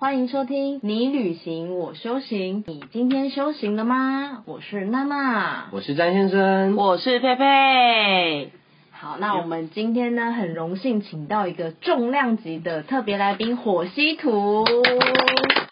欢迎收听你旅行我修行，你今天修行了吗？我是娜娜，我是詹先生，我是佩佩。好，那我们今天呢，很荣幸请到一个重量级的特别来宾火西图。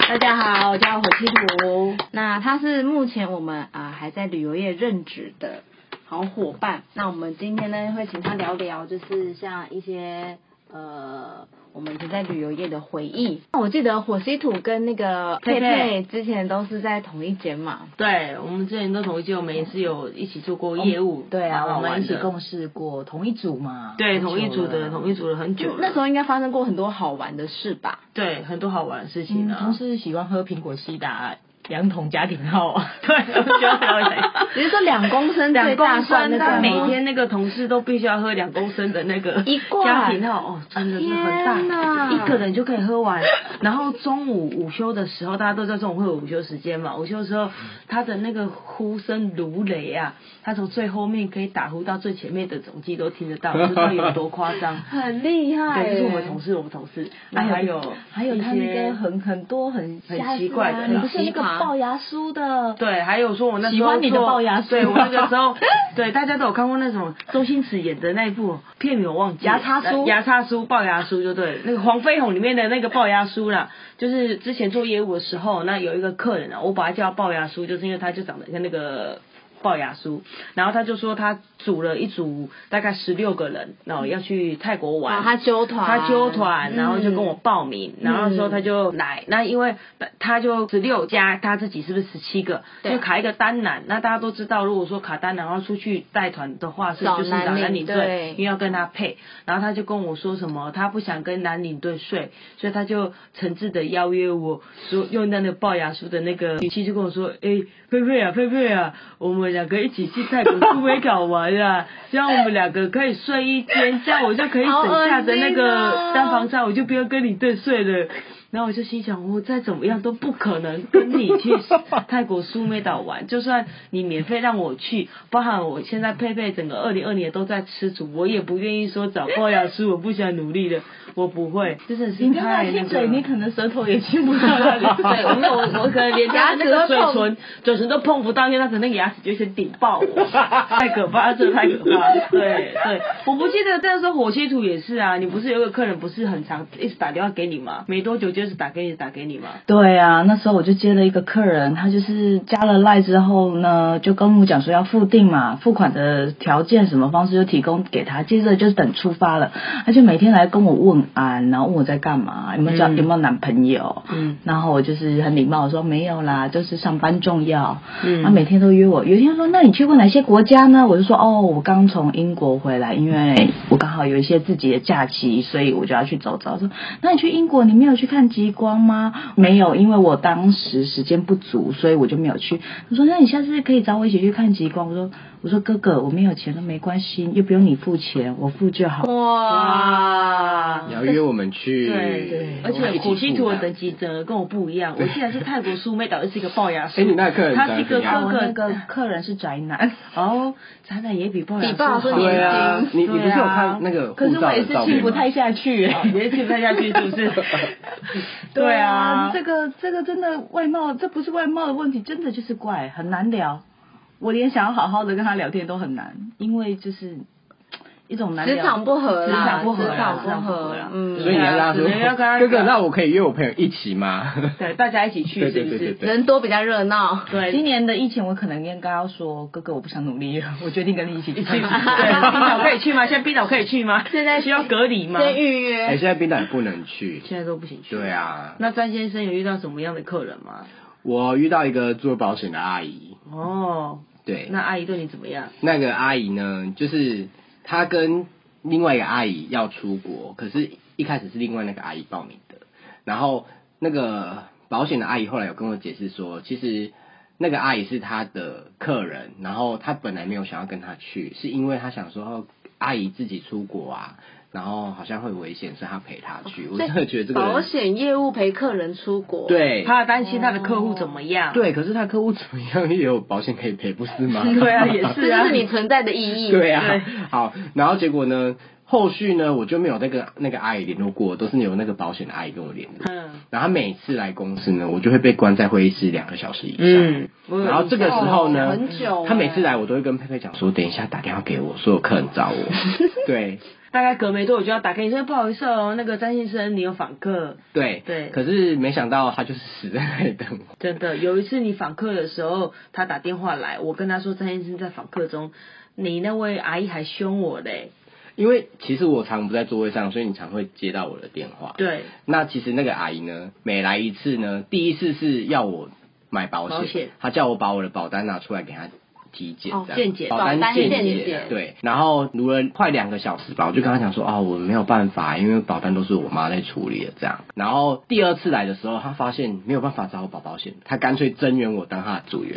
大家好，我叫火西图。那他是目前我们啊、呃还在旅游业任职的好伙伴。那我们今天呢，会请他聊聊，就是像一些呃。我们一直在旅游业的回忆。那我记得火西土跟那个佩佩佩之前都是在同一间嘛，对，我们之前都同一届，我们也是有一起做过业哦务，对啊，蛮我好玩们一起的共事过，同一组嘛。对很久同一组的，了同一组的很久了，那时候应该发生过很多好玩的事吧？对很多好玩的事情嗯啊同。事喜欢喝苹果西打，两桶家庭号啊。 对，我觉得很好玩 只是说两公升最大两公罐升，那个但每吗天那个同事都必须要喝两公升的那个 一罐家庭号哦，真的是很天哪。大，一个人就可以喝完。然后中午午休的时候，大家都知道中午会有午休时间嘛，午休的时候他的那个呼声如雷啊，他从最后面可以打呼到最前面的总机都听得到，就知道有多夸张很厉害耶，对，就是我们同事，我们同事，然后还有哎还有他一那些个很很多很很奇怪的啦你不是那奇个葩龅牙叔的，对，还有说我那时候喜欢你的做龅牙叔对我那个时 候，对大家都有看过那种周星驰演的那一部片名，我忘记了呃牙叉叔牙叉叔、龅牙叔就对了，那个黄飞鸿里面的那个龅牙叔啦，就是之前做业务的时候，那有一个客人啊，我把他叫龅牙叔，就是因为他就长得跟那个。龅牙叔，然后他就说他组了一组大概十六个人，然后要去泰国玩，哦啊他揪团他揪嗯团，然后就跟我报名，然后说他就嗯来，那因为他就十六加他自己是不是十七个，对就卡一个单男，那大家都知道，如果说卡单男然后出去带团的话是找就是男找领男领队队，因为要跟他配，然后他就跟我说什么，他不想跟男领队睡，所以他就诚挚的邀约我说用那个龅牙叔的那个语气就跟我说，哎、佩佩啊佩佩啊，我们两个一起去泰国 苏梅岛玩啊，这样我们两个可以睡一间，这样我就可以好恶省下的那心哦个单房差，我就不要跟你对睡了。 然后我就心想，我再怎么样都不可能跟你去泰国苏梅岛玩，就算你免费让我去，包含我现在佩佩整个二零二年都在吃土，我也不愿意说找龅牙叔，我不想努力了，我不会，真的是你跟他太那亲个嘴，了你可能舌头也亲不到那里。 对，我没有，我我可能连他那个嘴唇、嘴唇都碰不到，因为他可能牙齿就先顶爆我，太可怕，真的太可怕。对对，我不记得，但是火漆土也是啊，你不是有一个客人不是很常一直打电话给你吗？没多久就是打给你打给你嘛。对啊，那时候我就接了一个客人，他就是加了赖之后呢，就跟我讲说要付定嘛，付款的条件什么方式就提供给他，接着就等出发了，他就每天来跟我问安，然后问我在干嘛，有没有交、嗯有没有男朋友，嗯然后我就是很礼貌我说没有啦，就是上班重要，啊嗯他每天都约我，有一天说那你去过哪些国家呢？我就说哦，我刚从英国回来，因嗯为我刚好有一些自己的假期，所以我就要去走走。他说那你去英国，你没有去看极光吗？没有，因为我当时时间不足，所以我就没有去。他说那你下次可以找我一起去看极光。我说我说哥哥，我没有钱都没关系，又不用你付钱，我付就好。哇，你要约我们去，对，而且火漆土的等级整个跟我不一样，我记得是泰国苏妹岛，是一个龅牙叔，哎你那个客人他是一个长然怎后样哥啊哥我那个客人是宅 男，哦，咱俩也比龅牙比龅牙叔叔好对啊眼，你你不是有看那个可护是照我也的是照亲片不吗？太下去、哦你是亲不太下 去是不是？对啊，这个这个真的外貌，这不是外貌的问题，真的就是怪，很难聊。我连想要好好的跟他聊天都很难，因为就是一种难聊。职场不合啦，职场不合啦职场职场不不合合啦，啊嗯，所以你要拉只能要跟他说，哥哥，那我可以约我朋友一起吗？对，大家一起去对是对不对对是？对。人多比较热闹。对，今年的疫情，我可能跟他说，哥哥，我不想努力了，我决定跟你一起去。对，冰岛可以去吗？现在冰岛可以去吗？现在需要隔离吗？先预 哎，约，现在冰岛也不能去。现在都不行去。对。啊，那詹先生有遇到什么样的客人吗？我遇到一个做保险的阿姨，哦，对，那阿姨对你怎么样？那个阿姨呢，就是她跟另外一个阿姨要出国，可是一开始是另外那个阿姨报名的，然后那个保险的阿姨后来有跟我解释说，其实那个阿姨是她的客人，然后她本来没有想要跟她去，是因为她想说、哦阿姨自己出国啊，然后好像会危险，所以她陪她去。我真的觉得这个保人险业务陪客人出国，，对。他担心他的客户怎么样？对，可是他客户怎么样也有保险可以赔，不是吗？对啊，也这是就啊嗯是。你存在的意义。对啊，好，然后结果呢？后续呢，我就没有那个那个阿姨联络过，都是有那个保险的阿姨跟我联络。嗯然后她每次来公司呢，我就会被关在会议室两个小时以上。嗯，我有然后这个印象时候呢，哦很久欸他每次来我都会跟佩佩讲说，等一下打电话给我，说有客人找我。对大概隔没多久就要打给你说不好意思哦，那个詹先生你有访客，对对可是没想到他就是死在那里等我。真的有一次你访客的时候，他打电话来，我跟他说詹先生在访客中，你那位阿姨还凶我嘞，因为其实我常不在座位上，所以你常会接到我的电话。 对，那其实那个阿姨呢，每来一次呢，第一次是要我买保保险险，她叫我把我的保单拿出来给她体检哦，这样健检保保单单健检检，对。然后读了快两个小时吧，我就跟她讲说，哦，我没有办法，因为保单都是我妈在处理的这样。然后第二次来的时候，她发现没有办法找我保保险，她干脆增援我当她的组员。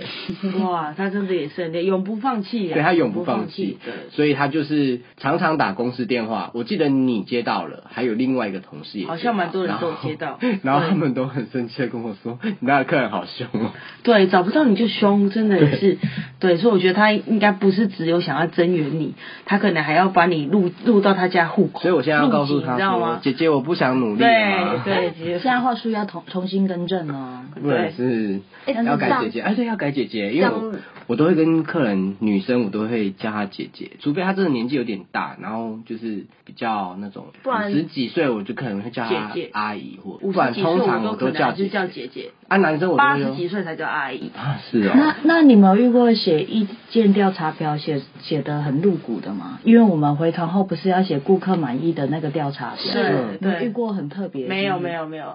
哇，他真的也是很厉害，永不放弃呀、对他永不不放弃对，，所以他就是常常打公司电话。我记得你接到了，还有另外一个同事也接到好像蛮多人都有然后接到 然后对他们都很生气的跟我说：“你那个客人好凶哦。对，找不到你就凶，真的也 是，对，所以我觉得他应该不是只有想要增援你，他可能还要把你录录到他家户”口，所以我现在要告哦诉入籍你他知道说吗：“？姐姐，我不想努力啊了对吗？对， 直接现在话术要重重新更正哦。不然是哎要改这姐姐，样哎，对，要改姐姐，因为我这样我都会跟客人女生，我都会叫她姐姐，除非她真的年纪有点大，然后就是比较那种不然五十几岁，我就可能会叫她姐姐阿姨或，五不十然几岁通常都可都能叫还是叫姐姐姐，啊，男生我都八会十用几岁才叫阿姨。啊，是哦，那那你们有遇过写意见调查表写写的很露骨的吗？因为我们回团后不是要写顾客满意的那个调查表，是你们对遇过很特别的没有经历没有没有，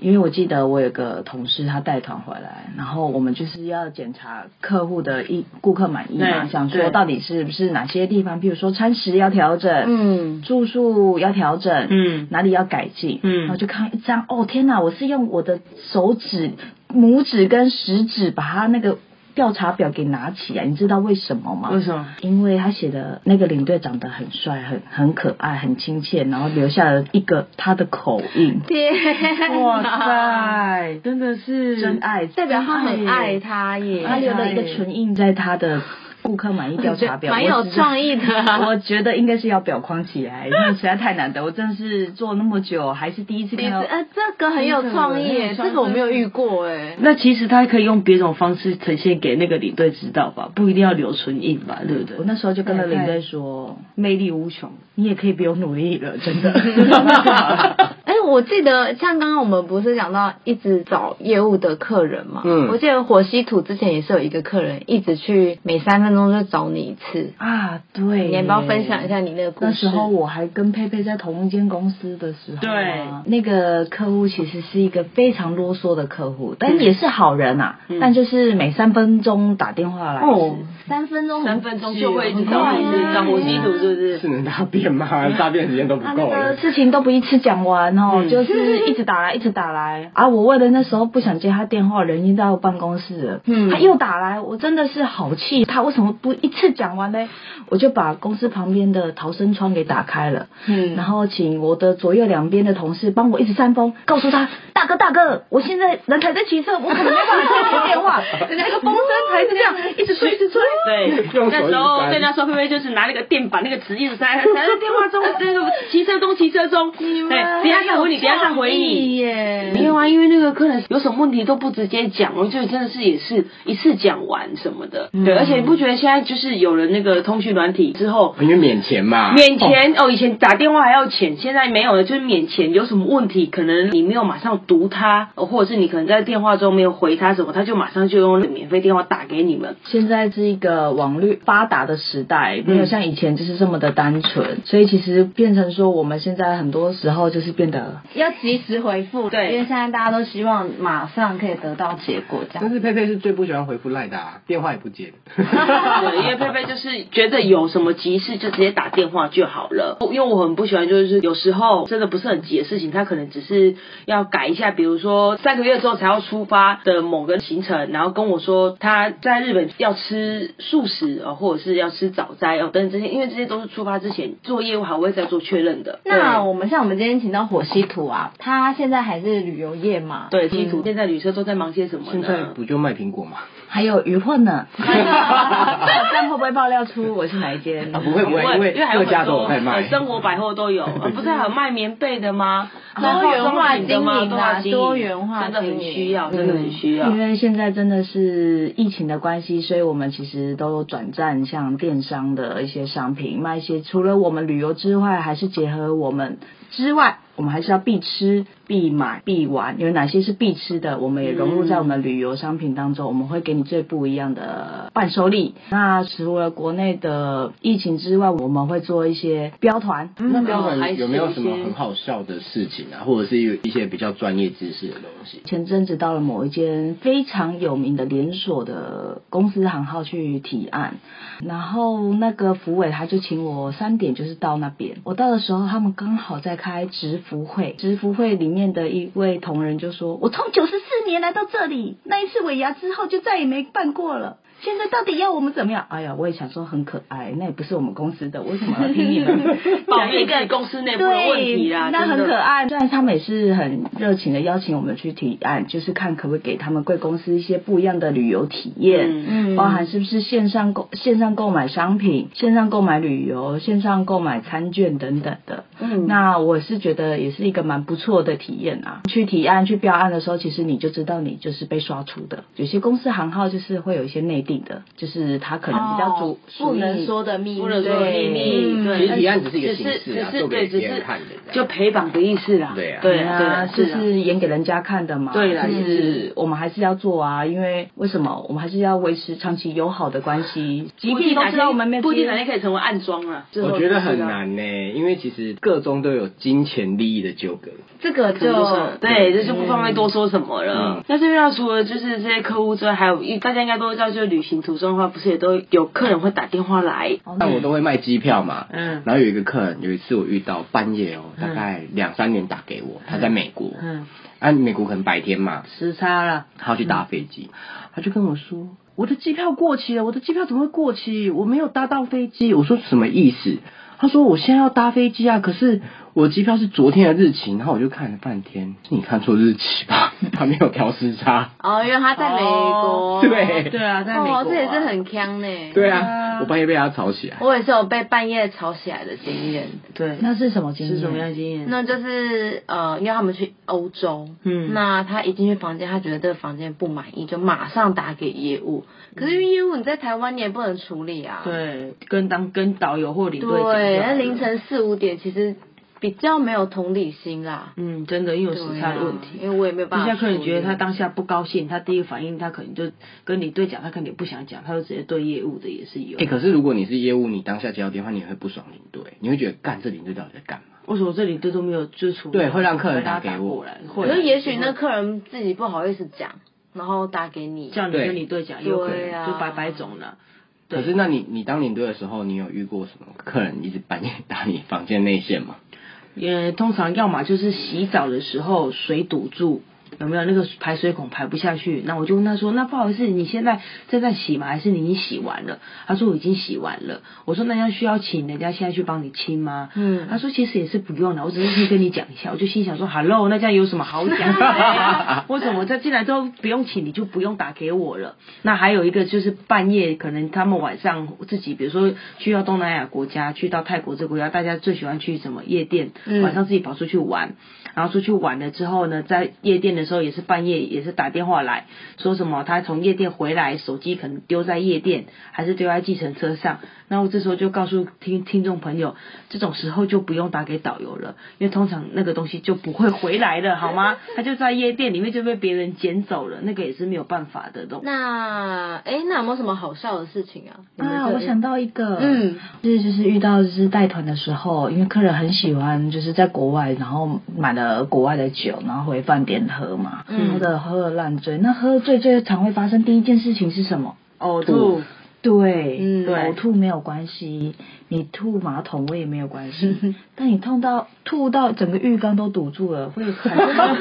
因为我记得我有个同事，他带团回来，然后我们就是要检查客户的意顾客满意嘛，对想说对到底是不是哪些地方，譬如说餐食要调整，嗯住宿要调整，嗯哪里要改进，嗯然后就看一张，哦天哪，我是用我的手指、拇指跟食指把他那个调查表给拿起来，你知道为什么吗？嗯为什么？因为他写的那个领队长得很帅、很很可爱、很亲切，然后留下了一个他的口音，天哇哪，塞，真的是真爱，代表他很爱他，他耶，他留了一个耶唇印在他的顾客满意调查 表，蛮我有只是创 意的啊。我觉得应该是要表框起来，因为实在太难得。我真的是做那么久，还是第一次第一看次，到。呃，这个很有创意耶，真的很有创意这个我没有遇过哎。那其实他可以用别种方式呈现给那个领队知道吧，不一定要留唇印吧，对不对？我那时候就跟了领队说，说，魅力无穷。你也可以不用努力了，真 的。哎、我记得像刚刚我们不是讲到一直找业务的客人嘛，嗯我记得火西土之前也是有一个客人一直去每三分钟就找你一次，啊，对。你要不要分享一下？你那个故那事？时候我还跟佩佩在同一间公司的时候、啊，对那个客户其实是一个非常啰嗦的客户，嗯但也是好人啊，但就是每三分钟打电话来一次。哦三分钟，嗯三分钟就会一直找很啊你，快一直找耶火鸡土，是不 是是？能大便 吗？大便时间都不他啊那够个了。事情都不一次讲完哦，嗯就是一直打来，一直打来啊！我为了那时候不想接他电话，人已经到办公室了，嗯他又打来，我真的是好气，他为什么不一次讲完嘞？我就把公司旁边的逃生窗给打开了，嗯然后请我的左右两边的同事帮我一直扇风，告诉他大哥大哥，我现在人还在骑车，我可能没办法接你的电话，那个风扇还是这样一直吹，一直吹，对用手，那一时候直对掰那时候菲菲就是拿那个电板那个纸一直塞，塞在电话中，那个骑车中，骑车中，对，等一下再回你，等一下再回你。耶没有啊，因为那个客人有什么问题都不直接讲，我觉得真的是也是一次讲完什么的。嗯对，而且你不觉得现在就是有了那个通讯软体之后，因为免钱嘛，免钱哦，以前打电话还要钱，现在没有了，就是免钱。有什么问题，可能你没有马上读他，呃或者是你可能在电话中没有回他什么，他就马上就用免费电话打给你们。现在是一个网络发达的时代，没有像以前就是这么的单纯，所以其实变成说我们现在很多时候就是变得要及时回复，对因为现在大家都希望马上可以得到结果，这但样。是佩佩是最不喜欢回复赖的、啊，电话也不接的。对，因为佩佩就是觉得有什么急事就直接打电话就好了。因为我很不喜欢，就是有时候真的不是很急的事情，他可能只是要改一下，比如说三个月之后才要出发的某个行程，然后跟我说他在日本要吃素食哦，或者是要吃早斋哦等等这些，因为这些都是出发之前做业务还会再做确认的。那我们像我们今天请到火西西土啊，他现在还是旅游业嘛，对，基础现在旅社都在忙些什么 现呢？在不就卖苹果吗？还有鱼混 呢，这样会不会爆料出我是哪一间？啊，不会不会，因嗯因为为还有各家很都有多在卖呃。生活百货都 有，呃不是还有卖棉被的吗？多然后元化化妆品的吗经营都啊要经营多元化真的很经营需嗯要，真的很需要嗯因。为现在真的是疫情的关系，所以我们其实都转战像电商的一些商品，卖一些除了我们旅游之外，还是结合我们之外，我们还是要必吃、必买、必玩。有哪些是必吃的，我们也融入在我们旅游商品当中，我们会给你最不一样的伴手礼。那除了国内的疫情之外，我们会做一些标团，那标标准嗯还准是有没有一什么些很好笑的事情啊，或者是有一些比较专业知识的东西？前阵子到了某一间非常有名的连锁的公司行号去提案，然后那个服委他就请我三点就是到那边。我到的时候，他们刚好在开职服会，职服会里面的一位同仁就说：“我从九十四年来到这里，那一次尾牙之后就再也没办过了。”现在到底要我们怎么样？哎呀，我也想说很可爱，那也不是我们公司的，为什么要听你们保密在公司内部的问题啊，那真很的可爱。虽然他们也是很热情的邀请我们去提案，就是看可不可以给他们贵公司一些不一样的旅游体验，嗯嗯包含是不是线上购线上购买商品、线上购买旅游、线上购买餐券等等的。嗯那我是觉得也是一个蛮不错的体验啊。去提案、去标案的时候，其实你就知道你就是被刷出的。有些公司行号就是会有一些内定的，就是他可能比较主、哦不能说的秘密，不能说的秘密，嗯对，其实提案只是一个只是形只式啊是做给对，只别人是看的这样就陪绑的意思啦，对啊对啊，对，就是啊是演给人家看的嘛。对啦就是是我们还是要做啊，因为为什么我们还是要维持长期友好的关系？即不便一定都哪知道天我们没有不一定接哪天可以成为暗装啊，我觉得很。难呢、因为其实各中都有金钱利益的纠葛。这个就就是对，这就不方便多说什么了嗯。但是要除了就是这些客户之外，还有一大家应该都知道，就是旅行途中的话，不是也都有客人会打电话来，但我都会卖机票嘛，嗯然后有一个客人，有一次我遇到半夜哦，大概两三点打给我，他在美国，嗯，啊，美国可能白天嘛，时差啦，他要去搭飞机，他就跟我说。我的机票过期了，我的机票怎么会过期？我没有搭到飞机。我说什么意思？他说我现在要搭飞机啊，可是我的机票是昨天的日期。然后我就看了半天，是你看错日期吧？ 他没有调时差。哦，因为他在美国，哦对对啊，在美国啊哦，这也是很坑呢。对啊，我半夜被他吵起来。我也是有被半夜吵起来的经验，对，那是什么经验？是什么样的经验？那就是呃，因为他们去欧洲，嗯那他一进去房间，他觉得这个房间不满意，就马上打给业务。可是因为业务你在台湾你也不能处理啊，嗯对，跟当跟导游或领队讲就好了对，那凌，晨四五点其实比较没有同理心啦，嗯，真的因为有时差的问对啊题。因为我也没有办就法。像客人觉得他，当下不高兴，他第一个反应他可能就跟你对讲，他可能也不想讲，他就直接对业务的也是有哎、。可是如果你是业务，你当下接到电话，你会不爽领队，你会觉得干这领队到底在干嘛？为什么这里队都没有支出？对会让客人大家打给打我过来，可会是也许那客人自己不好意思讲，然后打给你，叫你对跟你对讲，也有可对能啊就白白种了。对可是那你你当领队的时候，你有遇过什么客人一直半夜打你房间内线吗？也通常要么就是洗澡的时候水堵住，有没有那个排水孔排不下去？那我就问他说：“那不好意思，你现在正在洗吗？还是你已经洗完了？”他说：“我已经洗完了。”我说：“那要需要请人家现在去帮你清吗？”嗯他说：“其实也是不用的，我只是先跟你讲一下。”我就心想说：“Hello，那这样有什么好讲的？为什么在进来之后不用请你就不用打给我了？”那还有一个就是半夜，可能他们晚上自己，比如说去到东南亚国家，去到泰国这个国家，大家最喜欢去什么夜店，嗯晚上自己跑出去玩，然后出去玩了之后呢，在夜店的时候也是半夜也是打电话来说什么他从夜店回来，手机可能丢在夜店，还是丢在计程车上。那我这时候就告诉听听众朋友，这种时候就不用打给导游了，因为通常那个东西就不会回来了，好 吗？他就在夜店里面就被别人捡走了，那个也是没有办法的东西。那哎、那有没有什么好笑的事情啊？你们啊，这我想到一个，嗯，就是就是遇到就是带团的时候，因为客人很喜欢就是在国外，然后买了国外的酒，然后回饭店喝嘛，嗯喝的喝的烂醉。那喝醉最常会发生第一件事情是什么？呕哦吐，对，嗯对呕吐没有关系，你吐马桶我也没有 关系，但你痛到吐到整个浴缸都堵住了，会产生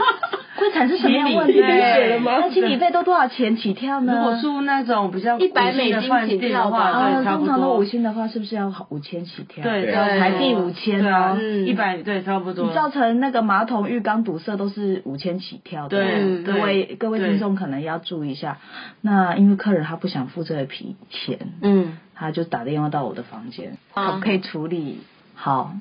会产生什么样的问题？清理费对那清理费都多少钱起跳呢？如果住那种比100较五星的饭店的话，美啊，对，差不通常都多五。星的话，是不是要五千起跳？对，对啊差不多台币5000对啊哦，嗯一百对，差不多你。造成那个马桶、浴缸堵塞都是五千起跳的，对嗯各对位各位对听众可能要注意一下。那因为客人他不想付这个皮钱，嗯，他就打电话到我的房间，啊可不可以处理？好，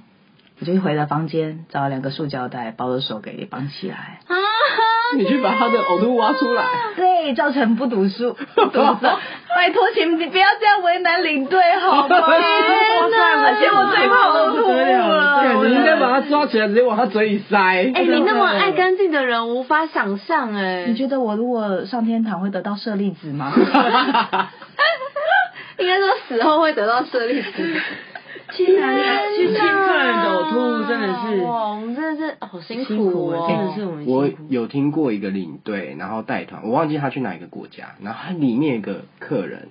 我就回了房间，找了两个塑胶袋，把我的手给绑起 来。啊， 你去把他的呕吐物挖出来。对，造成不读书，不读书， 拜托，请你不要这样为难领队 好吗？天哪而且我最怕呕吐物了，对，你应该把他抓起来，直接往他嘴里塞。哎、你那么爱干净的人，无法想象哎、你觉得我如果上天堂会得到舍利子 吗？应该说死后会得到舍利 子。天哪去天亲哪客人的呕吐物真的是哇，我们真的是好辛辛苦苦哦，真的是我们我辛苦有听过一个领队，然后带团，我忘记他去哪一个国家，然后他里面有一个客人，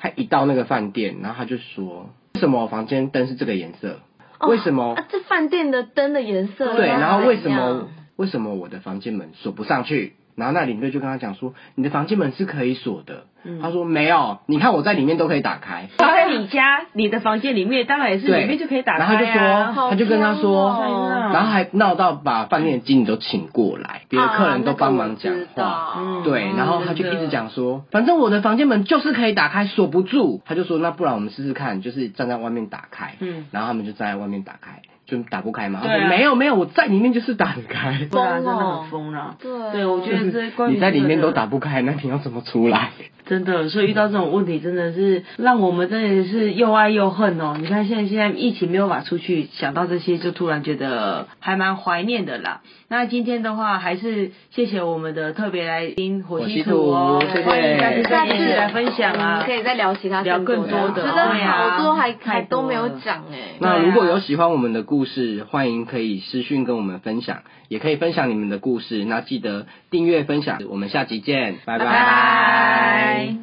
他一到那个饭店，然后他就说，为什么我房间灯是这个颜色？哦为什么？啊这饭店的灯的颜色对，啊然后为什到底么怎样？为什么我的房间门锁不上去？然后那领队就跟他讲说，你的房间门是可以锁的。他说没有，你看我在里面都可以打开。在你家你的房间里面，当然也是对，里面就可以打开然后他就啊说，他就跟他说，好香哦然后还闹到把饭店的经理都请过来，别的客人都帮忙讲话。啊那个我知道对，然后他就一直讲说，反正我的房间门就是可以打开，锁不住。他就说，那不然我们试试看，就是站在外面打开。嗯然后他们就站在外面打开，就打不开嘛。对他啊说没有没有，我在里面就是打得开。对啊，疯真哦的很疯了。对对，我觉得这关于你在里面这个都打不开，那你要怎么 出来？啊真的，所以遇到这种问题真的是让我们真的是又爱又恨哦。你看现在现在疫情没有法出去，想到这些就突然觉得还蛮怀念的啦。那今天的话还是谢谢我们的特别来宾火星土哦，火星土谢谢欢迎下次再继续来分享嗯啊可。以再聊其他聊多更多的真的对啊好多还太还都多没有了讲哎。那对啊如果有喜欢我们的故事，欢迎可以私讯跟我们分享，也可以分享你们的故事。那记得订阅分享，我们下集见，拜拜拜